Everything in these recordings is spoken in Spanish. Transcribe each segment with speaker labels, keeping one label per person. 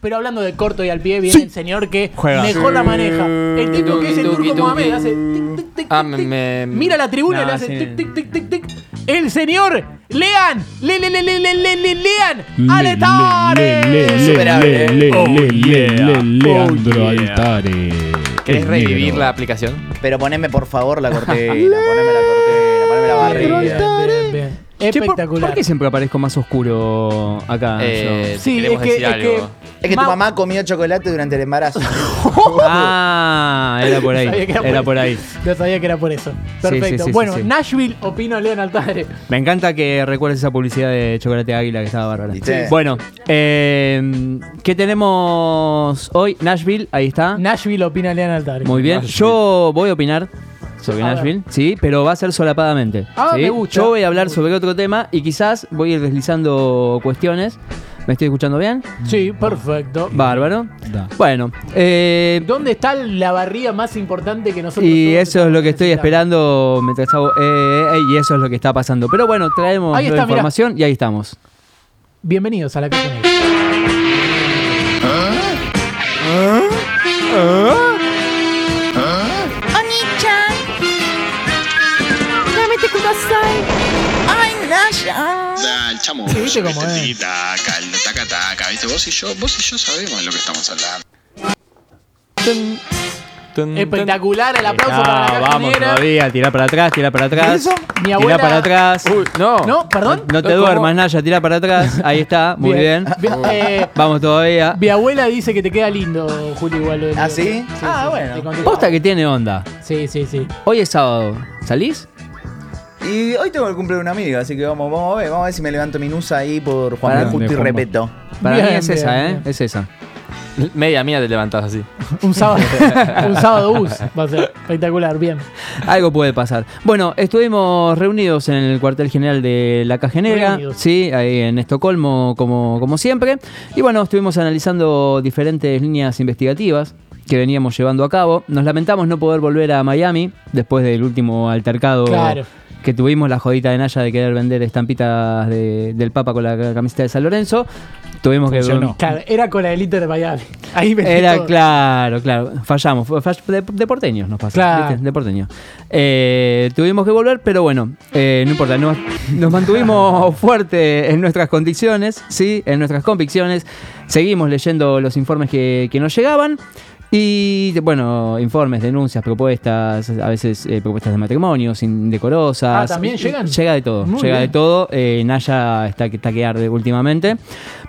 Speaker 1: Pero hablando de corto y al pie, viene
Speaker 2: Sí.
Speaker 1: el señor que
Speaker 2: Juega.
Speaker 1: mejor la maneja. El tipo que es el
Speaker 3: Tuki,
Speaker 1: turco
Speaker 3: tuki.
Speaker 1: Mohamed hace tic, tic, tic,
Speaker 3: Ah,
Speaker 1: tic,
Speaker 3: me-
Speaker 1: tic.
Speaker 3: me-
Speaker 1: Mira la tribuna y
Speaker 2: No,
Speaker 1: le hace
Speaker 2: sí.
Speaker 1: tic, tic, tic, tic, tic. El señor Lean, le, le, le, le, le, le, le,
Speaker 4: Mm.
Speaker 1: Lean Aletares.
Speaker 3: Superable.
Speaker 4: Leandro
Speaker 2: Oh, yeah.
Speaker 4: Altare.
Speaker 3: ¿Querés
Speaker 4: El
Speaker 3: revivir
Speaker 4: negro.
Speaker 3: la aplicación?
Speaker 5: Pero poneme por favor la cortina, poneme la cortina, poneme la barriga.
Speaker 1: Bien, bien.
Speaker 2: Che, ¿por- ¿por,
Speaker 1: Espectacular.
Speaker 2: qué siempre aparezco más oscuro acá?
Speaker 3: Eh,
Speaker 2: yo?
Speaker 3: te queremos decir algo.
Speaker 5: Es que tu mamá comió chocolate durante el embarazo.
Speaker 2: Ah, era por ahí.
Speaker 1: Sabía que era por
Speaker 2: Era
Speaker 1: ahí.
Speaker 2: por ahí.
Speaker 1: Yo sabía que era por eso.
Speaker 2: sí,
Speaker 1: Perfecto.
Speaker 2: sí, sí,
Speaker 1: bueno,
Speaker 2: sí.
Speaker 1: Nashville opino Lean Altares.
Speaker 2: Me encanta que recuerdes esa publicidad de Chocolate Águila que estaba bárbara.
Speaker 5: ¿Viste?
Speaker 2: Bueno, eh, ¿qué tenemos hoy? Nashville, ahí está.
Speaker 1: Nashville opina Lean Altares.
Speaker 2: Muy bien.
Speaker 3: Nashville.
Speaker 2: Yo voy a opinar sobre
Speaker 1: A ver.
Speaker 2: Nashville, sí, pero va a ser solapadamente.
Speaker 1: Ah,
Speaker 2: ¿sí?
Speaker 1: me gusta.
Speaker 2: Yo voy a
Speaker 1: Me
Speaker 2: hablar
Speaker 1: gusta.
Speaker 2: sobre otro tema y quizás voy a ir deslizando cuestiones. ¿Me estoy escuchando bien?
Speaker 1: Sí, perfecto.
Speaker 2: Bárbaro.
Speaker 4: Da.
Speaker 2: Bueno, eh,
Speaker 1: ¿Dónde está la barriga más importante que nosotros
Speaker 2: y
Speaker 1: todos
Speaker 2: eso es lo que estoy
Speaker 1: necesitamos?
Speaker 2: esperando mientras hago. eh, eh, y eso es lo que está pasando. Pero bueno, traemos
Speaker 1: Ahí
Speaker 2: la
Speaker 1: está, mirá.
Speaker 2: información y ahí estamos.
Speaker 1: Bienvenidos a la Casa Negra.
Speaker 6: Oni-chan. Dame-te kudasai. I'm Nasha.
Speaker 7: Da, el chamo.
Speaker 1: Sí, viste cómo es.
Speaker 7: el taca, el taca, taca, viste, vos y yo, vos y yo sabemos de lo que estamos hablando.
Speaker 3: Tun,
Speaker 1: Eh,
Speaker 3: tun.
Speaker 1: Espectacular el aplauso
Speaker 2: Ah,
Speaker 1: para la Casa
Speaker 2: vamos
Speaker 1: Negra.
Speaker 2: todavía, tira para atrás, tira para atrás.
Speaker 1: ¿Eso? Mi
Speaker 2: Tira
Speaker 1: abuela-
Speaker 2: para atrás.
Speaker 3: Uy, no.
Speaker 1: No, perdón.
Speaker 2: No te
Speaker 3: ¿Cómo?
Speaker 2: duermas, Naya, tira para atrás. Ahí está, muy bien.
Speaker 1: Bien, eh,
Speaker 2: Vamos todavía.
Speaker 1: mi abuela dice que te queda lindo, Julio, igual. lo del-
Speaker 5: ¿Ah, sí? Ah, bueno.
Speaker 1: te contestaba.
Speaker 2: Posta que tiene onda.
Speaker 1: Sí, sí, sí.
Speaker 2: Hoy es sábado. ¿Salís?
Speaker 5: Y hoy tengo el cumple de una amiga, así que vamos, vamos a ver, vamos a ver si me levanto mi nusa ahí por Juan
Speaker 2: Para
Speaker 5: Manuel Justo y
Speaker 4: dónde,
Speaker 5: Repeto.
Speaker 2: Para
Speaker 1: Bien,
Speaker 2: mí es
Speaker 1: bien,
Speaker 2: esa, ¿eh?
Speaker 1: bien.
Speaker 2: Es esa.
Speaker 3: Media mía te levantás así.
Speaker 1: Un sábado, un sábado bus va a ser espectacular, bien.
Speaker 2: Algo puede pasar. Bueno, estuvimos reunidos en el cuartel general de la Cajenera,
Speaker 1: Reunidos.
Speaker 2: sí, ahí en Estocolmo, como, como siempre. Y bueno, estuvimos analizando diferentes líneas investigativas que veníamos llevando a cabo. Nos lamentamos no poder volver a Miami después del último altercado
Speaker 1: Claro.
Speaker 2: que tuvimos, la jodita de Naya de querer vender estampitas de- del Papa con la camiseta de San Lorenzo. Tuvimos
Speaker 4: Funcionó.
Speaker 2: que
Speaker 1: Claro, era con la delito de Miami. Ahí metí
Speaker 2: Era
Speaker 1: todo.
Speaker 2: claro, claro. Fallamos. Fue fall- de, de porteños nos pasó.
Speaker 1: Claro.
Speaker 2: ¿viste? De porteños. Eh, tuvimos que volver, pero bueno, eh, no importa. Nos, nos mantuvimos fuerte en nuestras condiciones, ¿sí? En nuestras convicciones. Seguimos leyendo los informes que, que nos llegaban. Y bueno, informes, denuncias, propuestas, a veces eh, propuestas de matrimonios indecorosas.
Speaker 1: Ah, ¿también
Speaker 2: Y- y-
Speaker 1: llegan?
Speaker 2: Llega de todo,
Speaker 1: Muy
Speaker 2: llega de
Speaker 1: bien.
Speaker 2: todo. Eh, Naya está que está que arde últimamente.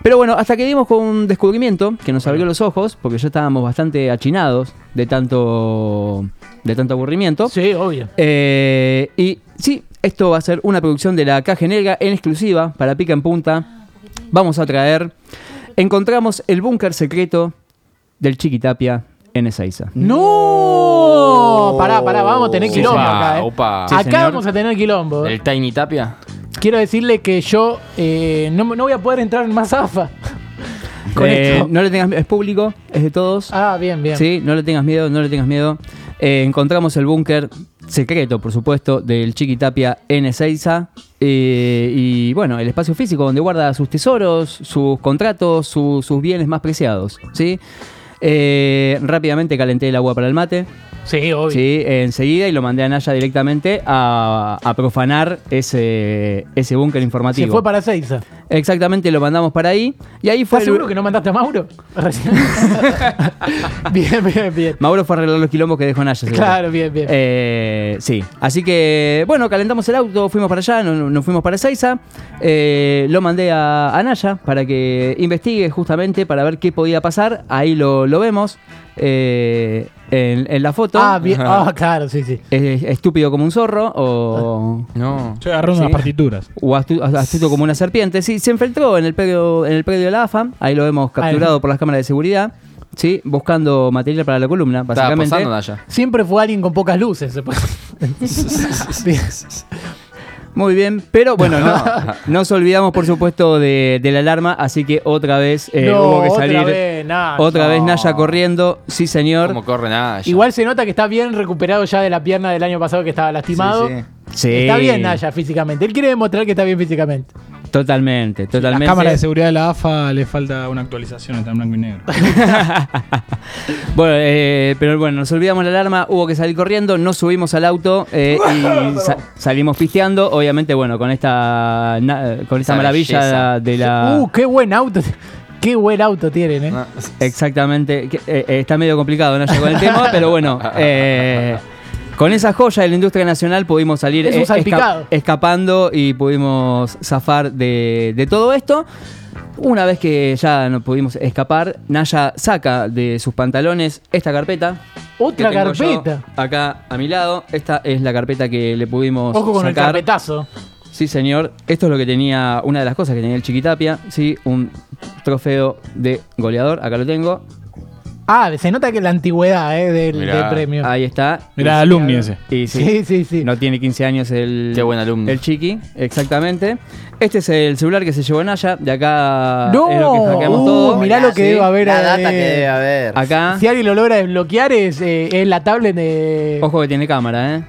Speaker 2: Pero bueno, hasta que dimos con un descubrimiento que nos abrió los ojos, porque ya estábamos bastante achinados de tanto, de tanto aburrimiento.
Speaker 1: Sí, obvio.
Speaker 2: Eh, y sí, esto va a ser una producción de la Caja Negra en exclusiva para Pica en Punta. Vamos a traer. Encontramos el búnker secreto del Chiquitapia en Ezeiza.
Speaker 1: ¡No! Pará, pará, vamos a tener
Speaker 5: Sí,
Speaker 1: quilombo
Speaker 3: señor.
Speaker 1: acá, eh.
Speaker 3: Opa.
Speaker 2: Sí,
Speaker 1: acá
Speaker 2: señor.
Speaker 1: vamos a tener quilombo.
Speaker 3: El Tiny Tapia.
Speaker 1: Quiero decirle que yo eh, no, me- no voy a poder entrar en más AFA. Con
Speaker 2: Eh,
Speaker 1: esto.
Speaker 2: No le tengas es público, es de todos.
Speaker 1: Ah, bien, bien.
Speaker 2: Sí, no le tengas miedo, no le tengas miedo. Eh, encontramos el búnker secreto, por supuesto, del Chiquitapia N6A. Eh, y bueno, el espacio físico donde guarda sus tesoros, sus contratos, su- sus bienes más preciados. ¿sí? Eh, rápidamente calenté el agua para el mate.
Speaker 1: Sí, obvio.
Speaker 2: Sí, enseguida y lo mandé a Naya directamente a, a profanar ese, ese búnker
Speaker 1: Se
Speaker 2: informativo.
Speaker 1: fue para Seiza.
Speaker 2: Exactamente, lo mandamos para ahí. Y ahí fue.
Speaker 1: ¿Estás
Speaker 2: el-
Speaker 1: seguro que no mandaste a Mauro? Recién. bien, bien, bien.
Speaker 2: Mauro fue a arreglar los quilombos que dejó Naya. seguro.
Speaker 1: Claro, bien, bien.
Speaker 2: Eh, sí, así que bueno, calentamos el auto, fuimos para allá, no- no- nos, fuimos para Seiza, eh, lo mandé a, a Naya para que investigue justamente para ver qué podía pasar, ahí lo, lo vemos eh, en, en la foto,
Speaker 1: ah, bien. Ah, claro, sí, sí.
Speaker 2: Es- estúpido como un zorro o,
Speaker 3: No.
Speaker 4: Yo agarré unas
Speaker 2: Sí.
Speaker 4: partituras.
Speaker 2: o astu- astuto como una serpiente, sí, se infiltró en el predio, en el predio de la AFA, ahí lo vemos capturado por las cámaras de seguridad, sí, buscando material para la columna,
Speaker 3: Estaba
Speaker 2: básicamente.
Speaker 3: posando allá.
Speaker 1: Siempre fue alguien con pocas luces. se puede- Bien.
Speaker 2: Muy bien, pero bueno, no, nos olvidamos por supuesto de, de la alarma, así que otra vez eh,
Speaker 1: no,
Speaker 2: hubo que
Speaker 1: otra
Speaker 2: salir.
Speaker 1: vez, nada.
Speaker 2: otra vez Naya corriendo, sí señor.
Speaker 3: ¿Cómo corre nada?
Speaker 1: Igual se nota que está bien recuperado ya de la pierna del año pasado que estaba lastimado.
Speaker 5: Sí, sí.
Speaker 2: Sí.
Speaker 1: Está bien Naya físicamente. Él quiere demostrar que está bien físicamente.
Speaker 2: Totalmente,
Speaker 4: La
Speaker 2: totalmente.
Speaker 4: cámara de seguridad de la AFA le falta una actualización, está en blanco y negro.
Speaker 2: Bueno, eh, pero bueno, nos olvidamos la alarma, hubo que salir corriendo, nos subimos al auto eh, y sa- salimos pisteando. Obviamente, bueno, con esta na- con esta
Speaker 3: Esa
Speaker 2: maravilla
Speaker 3: belleza.
Speaker 2: de la.
Speaker 1: Uh, qué buen auto. Qué buen auto tienen, ¿eh?
Speaker 2: Ah,
Speaker 3: No.
Speaker 2: Exactamente. que- eh, eh, está medio complicado, ¿no? Con el tema, pero bueno. eh, con esa joya de la industria nacional pudimos salir
Speaker 1: Es un
Speaker 2: eh, esca-
Speaker 1: salpicado.
Speaker 2: escapando y pudimos zafar de, de todo esto. Una vez que ya no pudimos escapar, Naya saca de sus pantalones esta carpeta. que
Speaker 1: Otra
Speaker 2: tengo yo
Speaker 1: carpeta.
Speaker 2: acá a mi lado. Esta es la carpeta que le pudimos
Speaker 1: Ojo con el
Speaker 2: sacar.
Speaker 1: carpetazo.
Speaker 2: Sí, señor. Esto es lo que tenía, una de las cosas que tenía el Chiquitapia, sí, un trofeo de goleador. Acá lo tengo.
Speaker 1: Ah, se nota que la antigüedad, ¿eh? Del,
Speaker 3: Mirá.
Speaker 1: del premio.
Speaker 2: Ahí está.
Speaker 4: Era alumni ese.
Speaker 2: Y sí,
Speaker 1: sí, sí, sí.
Speaker 2: no tiene 15 años el,
Speaker 3: Qué buen alumno.
Speaker 2: el Chiqui, exactamente. Este es el celular que se llevó Naya, de acá
Speaker 1: ¡No!
Speaker 2: es lo que hackeamos
Speaker 1: Uh,
Speaker 2: todo.
Speaker 1: mirá lo que
Speaker 5: Sí,
Speaker 1: debe haber.
Speaker 5: La
Speaker 1: eh,
Speaker 5: data que debe haber.
Speaker 2: Acá,
Speaker 1: Si alguien lo logra desbloquear es, eh, es la tablet de...
Speaker 2: ojo que tiene cámara, ¿eh?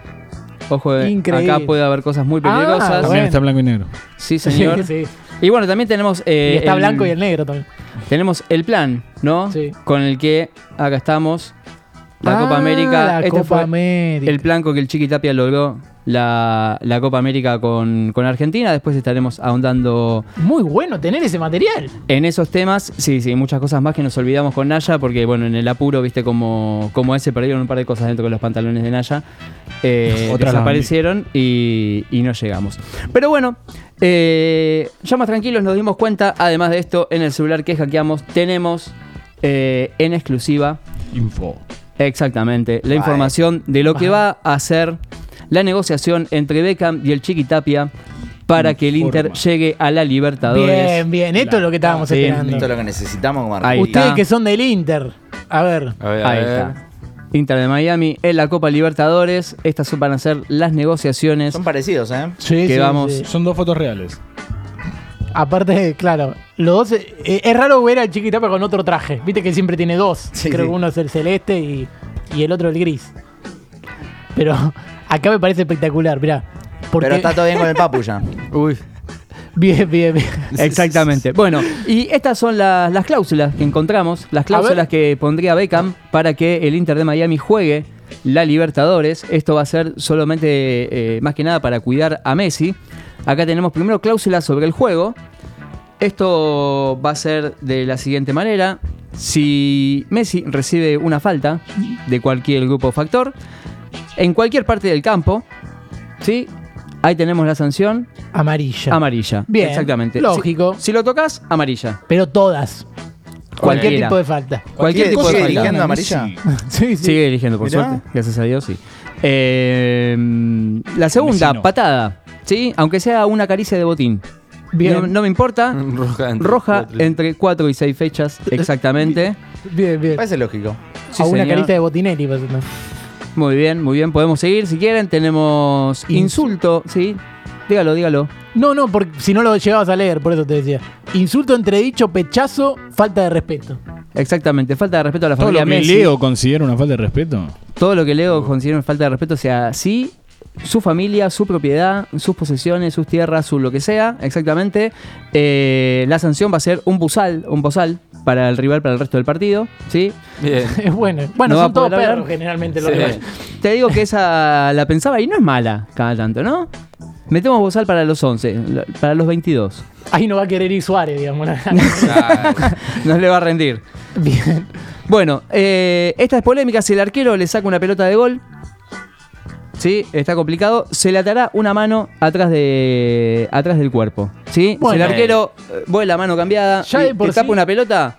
Speaker 2: Ojo, eh,
Speaker 1: Increíble.
Speaker 2: acá puede haber cosas muy
Speaker 1: Ah,
Speaker 2: peligrosas.
Speaker 1: bueno.
Speaker 4: También está en blanco y negro.
Speaker 2: Sí, señor.
Speaker 1: Sí, sí.
Speaker 2: Y bueno, también tenemos... eh,
Speaker 1: y está blanco y el negro también.
Speaker 2: Tenemos el plan, ¿no?
Speaker 1: Sí.
Speaker 2: Con el que acá estamos. La Copa
Speaker 1: Ah,
Speaker 2: América.
Speaker 1: La
Speaker 2: Este
Speaker 1: Copa
Speaker 2: fue
Speaker 1: América.
Speaker 2: el plan con que el Chiqui Tapia logró la, la Copa América con, con Argentina. Después estaremos ahondando
Speaker 1: Muy bueno tener ese material.
Speaker 2: en esos temas. Sí, sí, muchas cosas más que nos olvidamos con Naya, porque bueno, en el apuro, viste como, como ese perdieron un par de cosas dentro de los pantalones de Naya. Eh,
Speaker 4: Otra
Speaker 2: desaparecieron y, y no llegamos. Pero bueno, eh, ya más tranquilos nos dimos cuenta, además de esto, en el celular que hackeamos tenemos eh, en exclusiva
Speaker 4: Info.
Speaker 2: Exactamente, la información de lo que va a hacer la negociación entre Beckham y el Chiquitapia para que el Inter
Speaker 4: Informa.
Speaker 2: llegue a la Libertadores.
Speaker 1: Bien, bien. Esto es lo que estábamos
Speaker 2: Sí,
Speaker 5: Esto es
Speaker 1: esperando.
Speaker 5: lo que necesitamos como
Speaker 2: Ahí
Speaker 1: Ustedes
Speaker 2: está.
Speaker 1: que son del Inter. A ver.
Speaker 3: A ver, a
Speaker 2: Ahí
Speaker 3: ver.
Speaker 2: está. Inter de Miami en la Copa Libertadores. Estas son- van a ser las negociaciones.
Speaker 5: Son parecidos, ¿eh?
Speaker 1: Sí,
Speaker 2: Que
Speaker 1: sí,
Speaker 2: vamos.
Speaker 1: sí.
Speaker 4: Son dos fotos reales.
Speaker 1: Aparte, claro, los dos. eh, es raro ver al Chiquitapa con otro traje. Viste que siempre tiene dos.
Speaker 5: Sí,
Speaker 1: Creo
Speaker 5: sí.
Speaker 1: que uno es el celeste y, y el otro el gris. Pero acá me parece espectacular, mirá. Porque,
Speaker 5: Pero está todo bien con el papu ya.
Speaker 2: Uy.
Speaker 1: Bien, bien, bien.
Speaker 2: Exactamente. Bueno, y estas son las, las cláusulas que encontramos, las cláusulas que pondría Beckham para que el Inter de Miami juegue la Libertadores. Esto va a ser solamente, eh, más que nada, para cuidar a Messi. Acá tenemos primero cláusulas sobre el juego. Esto va a ser de la siguiente manera. Si Messi recibe una falta de cualquier grupo o factor, en cualquier parte del campo, ¿sí? ahí tenemos la sanción
Speaker 1: Amarilla.
Speaker 2: Amarilla.
Speaker 1: Bien,
Speaker 2: Exactamente.
Speaker 1: lógico.
Speaker 2: Si, si lo tocas, amarilla.
Speaker 1: pero todas. Cualquier
Speaker 2: Cualquiera.
Speaker 1: tipo de falta.
Speaker 2: Cualquier tipo de
Speaker 5: ¿Sigue
Speaker 2: falta.
Speaker 5: eligiendo amarilla?
Speaker 1: Sí, sí.
Speaker 2: Sigue eligiendo, por
Speaker 5: Mirá.
Speaker 2: suerte. Gracias a Dios, sí. Eh, la segunda,
Speaker 4: Vecino.
Speaker 2: patada. ¿Sí? Aunque sea una caricia de botín.
Speaker 1: Bien,
Speaker 2: No, no me importa.
Speaker 3: Roja. entre-
Speaker 2: Roja entre 4 y 6 fechas, exactamente.
Speaker 1: bien, bien.
Speaker 5: Parece lógico.
Speaker 2: Pues, Sí,
Speaker 1: a una
Speaker 2: señor.
Speaker 1: carita de botinelli. pues, ¿no?
Speaker 2: Muy bien, muy bien. Podemos seguir si quieren. Tenemos insulto, ¿sí? Dígalo, dígalo.
Speaker 1: No, no, porque si no lo llevabas a leer, por eso te decía. Insulto entredicho, pechazo, falta de respeto.
Speaker 2: Exactamente. Falta de respeto a la
Speaker 4: Todo lo
Speaker 2: familia
Speaker 4: que
Speaker 2: Messi.
Speaker 4: leo considera una falta de respeto.
Speaker 2: todo lo que Leo considera una falta de respeto, o sea, sí, su familia, su propiedad, sus posesiones, sus tierras, su lo que sea, exactamente. Eh, la sanción va a ser un bozal, un bozal para el rival, para el resto del partido, ¿sí?
Speaker 3: Bien.
Speaker 1: Es bueno. Bueno,
Speaker 2: No va
Speaker 1: son
Speaker 2: a
Speaker 1: todos
Speaker 2: poder hablar.
Speaker 1: perros generalmente los
Speaker 3: Sí.
Speaker 1: demás.
Speaker 2: Te digo que esa la pensaba y no es mala cada tanto, ¿no? Metemos bozal para los 11, la- para los 22.
Speaker 1: Ahí no va a querer ir Suárez, digamos.
Speaker 3: Claro.
Speaker 2: No le va a rendir.
Speaker 1: Bien.
Speaker 2: Bueno, eh, esta es polémica. Si el arquero le saca una pelota de gol, ¿sí? Está complicado. Se le atará una mano atrás, de, atrás del cuerpo. ¿sí?
Speaker 1: Bueno.
Speaker 2: si el arquero eh, vuela mano cambiada,
Speaker 1: Ya
Speaker 2: y
Speaker 1: de por
Speaker 2: te tapa
Speaker 1: sí.
Speaker 2: una pelota,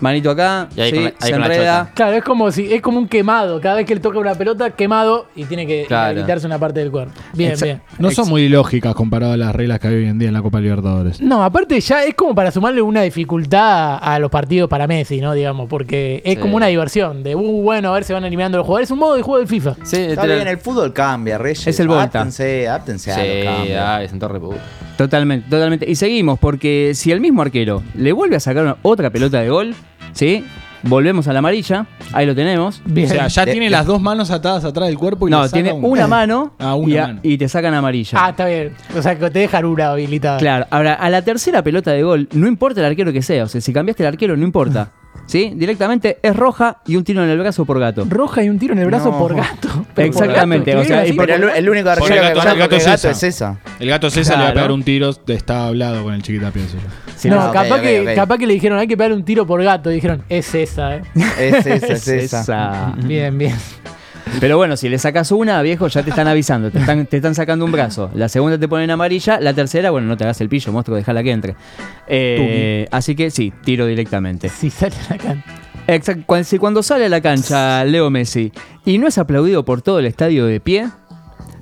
Speaker 2: manito acá,
Speaker 3: Y ahí
Speaker 2: ¿sí?
Speaker 3: con la- ahí
Speaker 2: se
Speaker 3: con la
Speaker 2: enreda.
Speaker 1: Claro, es como si es como un quemado. Cada vez que le toca una pelota, quemado y tiene que
Speaker 3: Claro.
Speaker 1: habilitarse una parte del cuerpo. Bien,
Speaker 2: Exa-
Speaker 1: bien.
Speaker 4: No son muy lógicas comparado a las reglas que hay hoy en día en la Copa Libertadores.
Speaker 1: No, aparte ya es como para sumarle una dificultad a los partidos para Messi, ¿no? Digamos, porque es
Speaker 3: Sí.
Speaker 1: como una diversión de, uh, bueno, a ver, se van eliminando los jugadores. Es un modo de juego del FIFA.
Speaker 3: Sí,
Speaker 5: Está
Speaker 3: literal.
Speaker 5: bien, el fútbol cambia, Reyes.
Speaker 2: Este Es el Volta.
Speaker 5: Áptense, áptense a los
Speaker 3: Sí,
Speaker 5: cambios.
Speaker 3: ay, sentó re puto.
Speaker 2: Totalmente, totalmente. Y seguimos, porque si el mismo arquero le vuelve a sacar una- otra pelota de gol, ¿sí? Volvemos a la amarilla. Ahí lo tenemos.
Speaker 4: O sea, ya
Speaker 5: De-
Speaker 4: tiene las dos manos atadas atrás del cuerpo y le
Speaker 2: No,
Speaker 4: saca
Speaker 2: tiene
Speaker 4: una.
Speaker 2: una mano,
Speaker 4: Ah,
Speaker 2: y,
Speaker 4: una
Speaker 2: a-
Speaker 4: mano.
Speaker 2: y te sacan amarilla.
Speaker 1: Ah, está bien. O sea, que te dejan una habilitada.
Speaker 2: Claro, ahora a la tercera pelota de gol, no importa el arquero que sea, o sea, si cambiaste el arquero, no importa. ¿Sí? Directamente es roja y un tiro en el brazo por gato.
Speaker 1: Roja y un tiro en el brazo
Speaker 5: No.
Speaker 1: por gato.
Speaker 2: Exactamente,
Speaker 1: ¿Por
Speaker 2: o
Speaker 1: gato?
Speaker 2: sea,
Speaker 1: ¿Qué
Speaker 2: y
Speaker 1: iba a
Speaker 5: Pero
Speaker 1: decir?
Speaker 5: el, el único
Speaker 4: Porque
Speaker 5: arquero
Speaker 4: el
Speaker 5: que
Speaker 4: gato- el
Speaker 5: conozco
Speaker 4: gato
Speaker 5: que
Speaker 4: es
Speaker 5: es gato
Speaker 4: esa.
Speaker 5: es esa.
Speaker 4: El gato César le va a pegar
Speaker 2: Claro.
Speaker 4: un tiro, está hablado con el chiquita pienso yo.
Speaker 5: Sí,
Speaker 1: no,
Speaker 2: Ah,
Speaker 5: ok,
Speaker 1: capaz,
Speaker 5: ok,
Speaker 1: que,
Speaker 5: ok.
Speaker 1: capaz que le dijeron, hay que pegar un tiro por gato. Y dijeron, es esa, eh.
Speaker 5: Es esa,
Speaker 2: Es
Speaker 5: es esa.
Speaker 2: esa.
Speaker 1: Bien, bien.
Speaker 2: Pero bueno, si le sacas una, viejo, ya te están avisando, te están, te están sacando un brazo. La segunda te ponen amarilla, la tercera, bueno, no te hagas el pillo, monstruo, déjala que entre. Eh, así que sí, tiro directamente.
Speaker 1: Si sale la can.
Speaker 2: Exacto. Cuan- Si cuando sale a la cancha Leo Messi y no es aplaudido por todo el estadio de pie,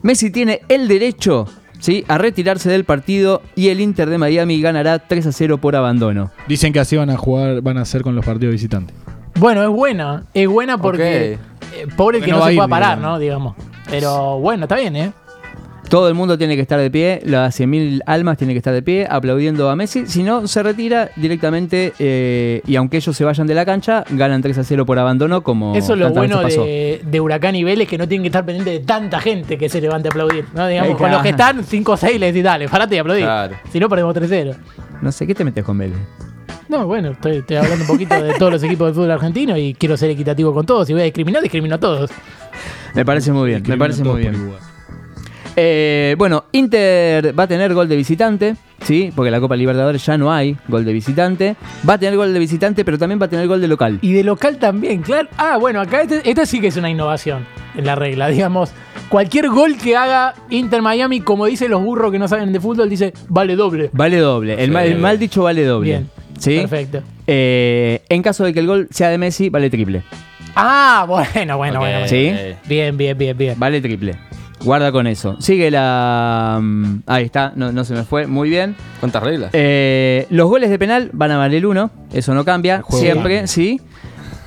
Speaker 2: Messi tiene el derecho ¿sí? a retirarse del partido y el Inter de Miami ganará 3 a 0 por abandono.
Speaker 4: Dicen que así van a jugar, van a hacer con los partidos visitantes.
Speaker 1: Bueno, es buena. Es buena porque. eh, pobre el que
Speaker 4: No
Speaker 1: no,
Speaker 4: va a
Speaker 1: se
Speaker 4: ir,
Speaker 1: pueda parar,
Speaker 4: digamos.
Speaker 1: ¿no? Digamos. Pero bueno, está bien, ¿eh?
Speaker 2: Todo el mundo tiene que estar de pie, las 100.000 almas tienen que estar de pie aplaudiendo a Messi, si no se retira directamente eh, y aunque ellos se vayan de la cancha, ganan 3 a 0 por abandono como
Speaker 1: Eso es lo
Speaker 2: tantas veces
Speaker 1: bueno
Speaker 2: pasó.
Speaker 1: de, de Huracán y Vélez, que no tienen que estar pendientes de tanta gente que se levante a aplaudir. ¿no? Digamos,
Speaker 2: Ahí
Speaker 1: con
Speaker 2: está.
Speaker 1: los que están, 5 o 6 les decís, dale, parate y aplaudí.
Speaker 3: Claro.
Speaker 1: Si no, perdemos 3-0.
Speaker 2: No sé, ¿qué te metes con Vélez?
Speaker 1: No, bueno, estoy, estoy hablando un poquito de todos los equipos de fútbol argentino y quiero ser equitativo con todos. Si voy a discriminar, discrimino a todos.
Speaker 2: Me parece muy bien, me parece muy bien.
Speaker 4: Igual.
Speaker 2: Eh, bueno, Inter va a tener gol de visitante, ¿sí? Porque en la Copa Libertadores ya no hay gol de visitante. Va a tener gol de visitante, pero también va a tener gol de local.
Speaker 1: Y de local también, claro. Ah, bueno, acá este- esta sí que es una innovación en la regla. Digamos, cualquier gol que haga Inter Miami, como dicen los burros que no saben de fútbol, dice, vale doble.
Speaker 2: Vale doble, el,
Speaker 3: Sí.
Speaker 2: mal, el mal dicho vale doble.
Speaker 1: Bien,
Speaker 2: ¿Sí?
Speaker 1: Perfecto.
Speaker 2: Eh, en caso de que el gol sea de Messi, vale triple.
Speaker 1: Ah, bueno, bueno,
Speaker 3: Ok,
Speaker 1: bueno.
Speaker 2: Sí.
Speaker 3: ok.
Speaker 1: Bien, bien, bien, bien.
Speaker 2: Vale triple. Guarda con eso. Sigue la... mm, Ahí está, no, no se me fue. Muy bien.
Speaker 3: ¿Cuántas reglas?
Speaker 2: Eh, los goles de penal van a valer uno, eso no cambia,
Speaker 4: juego
Speaker 2: siempre,
Speaker 4: cambia.
Speaker 2: sí.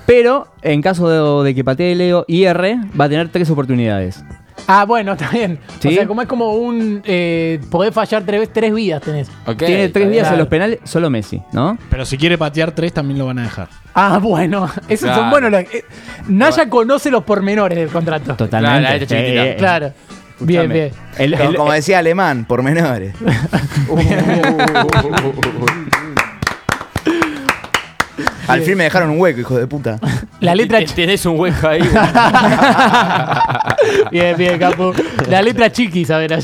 Speaker 2: Pero en caso de, de que patee Leo IR, va a tener tres oportunidades.
Speaker 1: Ah, bueno, está bien. O
Speaker 2: Sí.
Speaker 1: sea, como es como un. Eh, podés fallar tres, veces- tres vidas, tenés.
Speaker 3: Ok,
Speaker 2: Tiene
Speaker 3: está
Speaker 2: tres
Speaker 3: bien.
Speaker 2: días en
Speaker 1: Claro.
Speaker 2: los penales, solo Messi, ¿no?
Speaker 4: Pero si quiere patear tres también lo van a dejar.
Speaker 1: Ah, bueno. Esos son
Speaker 3: Claro.
Speaker 1: buenos. los- eh, Naya conoce los pormenores del contrato.
Speaker 2: Totalmente.
Speaker 3: la derecha chiquitita.
Speaker 2: Eh,
Speaker 1: Claro. Bien, bien.
Speaker 2: el-
Speaker 5: Como,
Speaker 2: el-
Speaker 5: como decía Alemán, por menores. Uh, Al fin me dejaron un hueco, hijo de puta.
Speaker 1: La letra
Speaker 3: Tien- Tienes un hueco ahí. güey.
Speaker 1: Bien, bien, capo. La letra chiquis, a ver.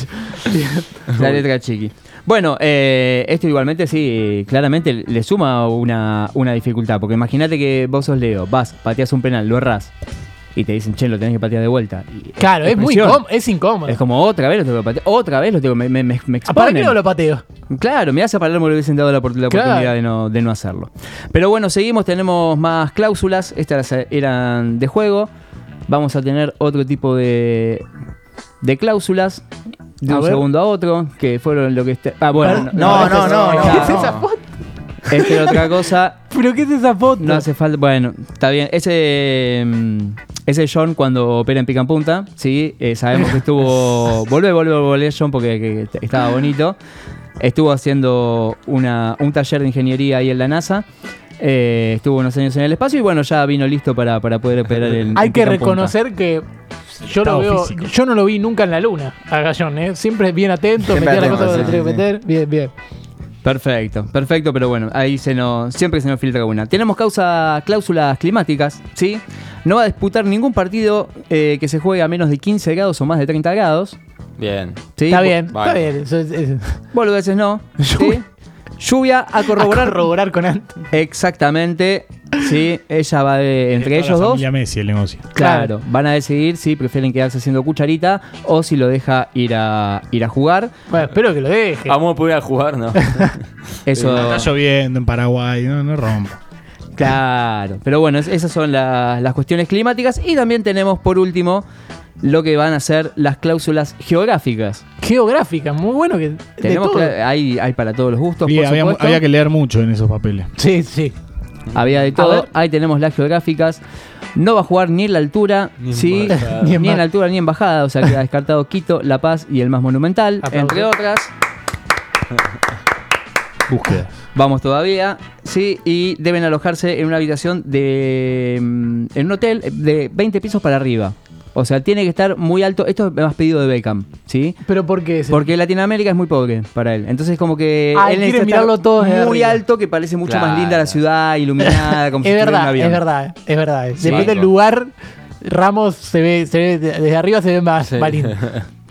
Speaker 2: la letra chiqui. Bueno, eh, esto igualmente sí, claramente le suma una, una dificultad. Porque imagínate que vos sos Leo, vas, pateas un penal, lo errás. Y te dicen, che, lo tenés que patear de vuelta. Y-
Speaker 1: Claro, es muy
Speaker 2: presión.
Speaker 1: incómodo. Es incómodo.
Speaker 2: Es como otra vez lo tengo que patear, otra vez lo tengo, me, me, me- me
Speaker 1: Ah, ¿Para qué
Speaker 2: exponen.
Speaker 1: no lo pateo?
Speaker 2: Claro, mirá si a Palermo le hubiesen dado la, opor- la
Speaker 1: Claro.
Speaker 2: oportunidad de no, de no hacerlo. Pero bueno, seguimos, tenemos más cláusulas, estas eh, eran de juego. Vamos a tener otro tipo de, de cláusulas, de
Speaker 1: A
Speaker 2: un
Speaker 1: ver.
Speaker 2: segundo a otro, que fueron lo que... este- Ah, bueno,
Speaker 5: No, no, no, no.
Speaker 1: ¿Qué es
Speaker 5: no.
Speaker 1: esa foto?
Speaker 2: esta era otra cosa,
Speaker 1: ¿Pero qué es esa foto?
Speaker 2: no hace falta... Bueno, está bien, ese... mm, Ese John cuando opera en pica en punta, sí, Eh, sabemos que estuvo... Volvé, volvé, volvé John porque que- que estaba bonito. Estuvo haciendo una- un taller de ingeniería ahí en la NASA. Eh, estuvo unos años en el espacio y bueno, ya vino listo para, para poder operar el.
Speaker 1: Hay que reconocer que yo lo
Speaker 4: Estado
Speaker 1: veo.
Speaker 4: físico.
Speaker 1: Yo no lo vi nunca en la luna a Gallón, ¿eh? Siempre bien atento,
Speaker 5: Siempre
Speaker 1: metía la
Speaker 5: atento,
Speaker 1: cosa donde
Speaker 5: sí,
Speaker 1: tenía que
Speaker 5: sí.
Speaker 1: meter. Bien, bien.
Speaker 2: Perfecto, perfecto, pero bueno, ahí se nos, siempre se nos filtra una. Tenemos causa, cláusulas climáticas, ¿sí? No va a disputar ningún partido eh, que se juegue a menos de 15 grados o más de 30 grados.
Speaker 3: Bien.
Speaker 2: ¿sí?
Speaker 1: está bien, está
Speaker 3: vale.
Speaker 1: bien. Eso es- es-
Speaker 2: Boludeces no. ¿sí?
Speaker 1: Lluvia.
Speaker 2: Lluvia a corroborar.
Speaker 1: corroborar con antes.
Speaker 2: Exactamente. Sí, ella va de- entre
Speaker 4: Es para
Speaker 2: ellos
Speaker 4: la
Speaker 2: dos.
Speaker 4: familia Messi el negocio.
Speaker 2: Claro, van a decidir si prefieren quedarse haciendo cucharita o si lo deja ir a, ir a jugar.
Speaker 1: Bueno, espero que lo deje.
Speaker 3: Vamos a poder ir a jugar, ¿no?
Speaker 2: Eso,
Speaker 4: Está lloviendo en Paraguay, no, no rompa.
Speaker 2: claro. Pero bueno, es- esas son la- las cuestiones climáticas. Y también tenemos, por último, lo que van a ser las cláusulas geográficas.
Speaker 1: Geográfica, muy bueno que. eh, De
Speaker 2: Tenemos
Speaker 1: todo.
Speaker 2: cla- hay, hay para todos los gustos,
Speaker 4: Y
Speaker 2: por
Speaker 4: había,
Speaker 2: supuesto.
Speaker 4: había que leer mucho en esos papeles.
Speaker 1: Sí, sí.
Speaker 2: Había de todo.
Speaker 1: ver.
Speaker 2: Ahí tenemos las geográficas. No va a jugar ni en la altura,
Speaker 3: Ni en
Speaker 2: ¿sí?
Speaker 3: bajada.
Speaker 2: ni, en
Speaker 1: Ni en ba-
Speaker 2: altura ni en bajada. O sea, queda descartado Quito, La Paz y el más monumental,
Speaker 1: Aplausos.
Speaker 2: entre otras.
Speaker 4: Búsqueda.
Speaker 2: Vamos todavía, sí, y deben alojarse en una habitación de. mm, en un hotel de 20 pisos para arriba. O sea, tiene que estar muy alto. Esto es más pedido de Beckham, ¿sí?
Speaker 1: Pero ¿por qué? ese?
Speaker 2: Porque Latinoamérica es muy pobre para él. Entonces, como que.
Speaker 1: Ah,
Speaker 2: él
Speaker 1: él quiere
Speaker 2: necesita estar
Speaker 1: mirarlo todo desde
Speaker 2: Muy
Speaker 1: arriba.
Speaker 2: alto, que parece mucho más
Speaker 3: Claro.
Speaker 2: linda la ciudad, iluminada, como si
Speaker 1: es
Speaker 2: estuviera en un
Speaker 1: verdad,
Speaker 2: avión.
Speaker 1: es verdad, es verdad. Depende del
Speaker 3: Banco.
Speaker 1: lugar, Ramos se ve, se ve- desde arriba se ve más,
Speaker 3: Sí.
Speaker 1: más lindo.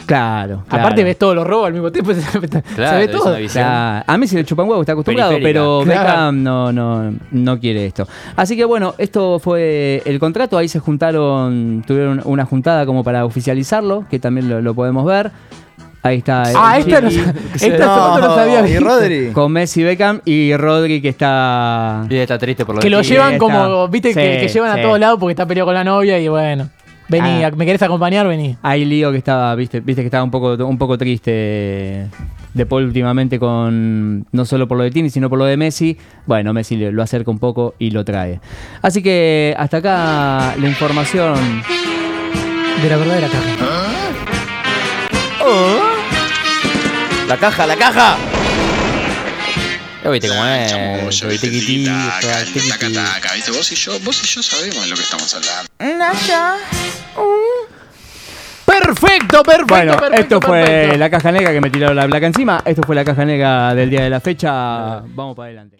Speaker 2: Claro.
Speaker 1: Aparte
Speaker 2: claro.
Speaker 1: ves todos los robos al mismo tiempo, se,
Speaker 3: Claro,
Speaker 1: ve
Speaker 3: es
Speaker 1: todo.
Speaker 3: una visión.
Speaker 2: Claro. A mí se le chupa un huevo, está acostumbrado,
Speaker 3: Periférica.
Speaker 2: pero
Speaker 1: Claro.
Speaker 2: Beckham no, no, no quiere esto. Así que bueno, esto fue el contrato, ahí se juntaron, tuvieron una juntada como para oficializarlo, que también lo, lo podemos ver. Ahí está. el
Speaker 1: Ah, esta no,
Speaker 2: Chiqui
Speaker 1: esta no, lo sabía.
Speaker 5: ¿Y
Speaker 1: bien.
Speaker 5: Rodri?
Speaker 2: Con Messi, Beckham y Rodri que está...
Speaker 3: Y está triste por lo
Speaker 1: Que
Speaker 3: de
Speaker 1: lo
Speaker 2: Sí,
Speaker 3: Tigre.
Speaker 1: llevan
Speaker 2: está.
Speaker 1: como, viste, que,
Speaker 2: Sí,
Speaker 1: que llevan
Speaker 2: sí.
Speaker 1: a todos lados porque está peleado con la novia y bueno. Vení,
Speaker 2: Ah.
Speaker 1: ¿me querés acompañar? Vení.
Speaker 2: Hay lío que estaba, viste, viste que estaba un poco, un poco triste de Paul últimamente con no solo por lo de Tini, sino por lo de Messi. Bueno, Messi le- lo acerca un poco y lo trae. Así que hasta acá la información.
Speaker 1: De la verdadera caja.
Speaker 5: La caja, la caja.
Speaker 3: Eh, Viste cómo
Speaker 7: Ay,
Speaker 3: es.
Speaker 7: chamuyo,
Speaker 3: Viste,
Speaker 7: viste,
Speaker 3: tiquití,
Speaker 7: taca,
Speaker 3: todo, tiquití.
Speaker 7: taca, taca, viste, vos y yo, vos y yo sabemos de lo que estamos hablando.
Speaker 6: Nasha.
Speaker 1: Perfecto, perfecto,
Speaker 2: Bueno,
Speaker 1: perfecto.
Speaker 2: esto fue
Speaker 1: perfecto.
Speaker 2: la caja negra que me tiraron la placa encima. Esto fue la caja negra del día de la fecha. Vamos para adelante.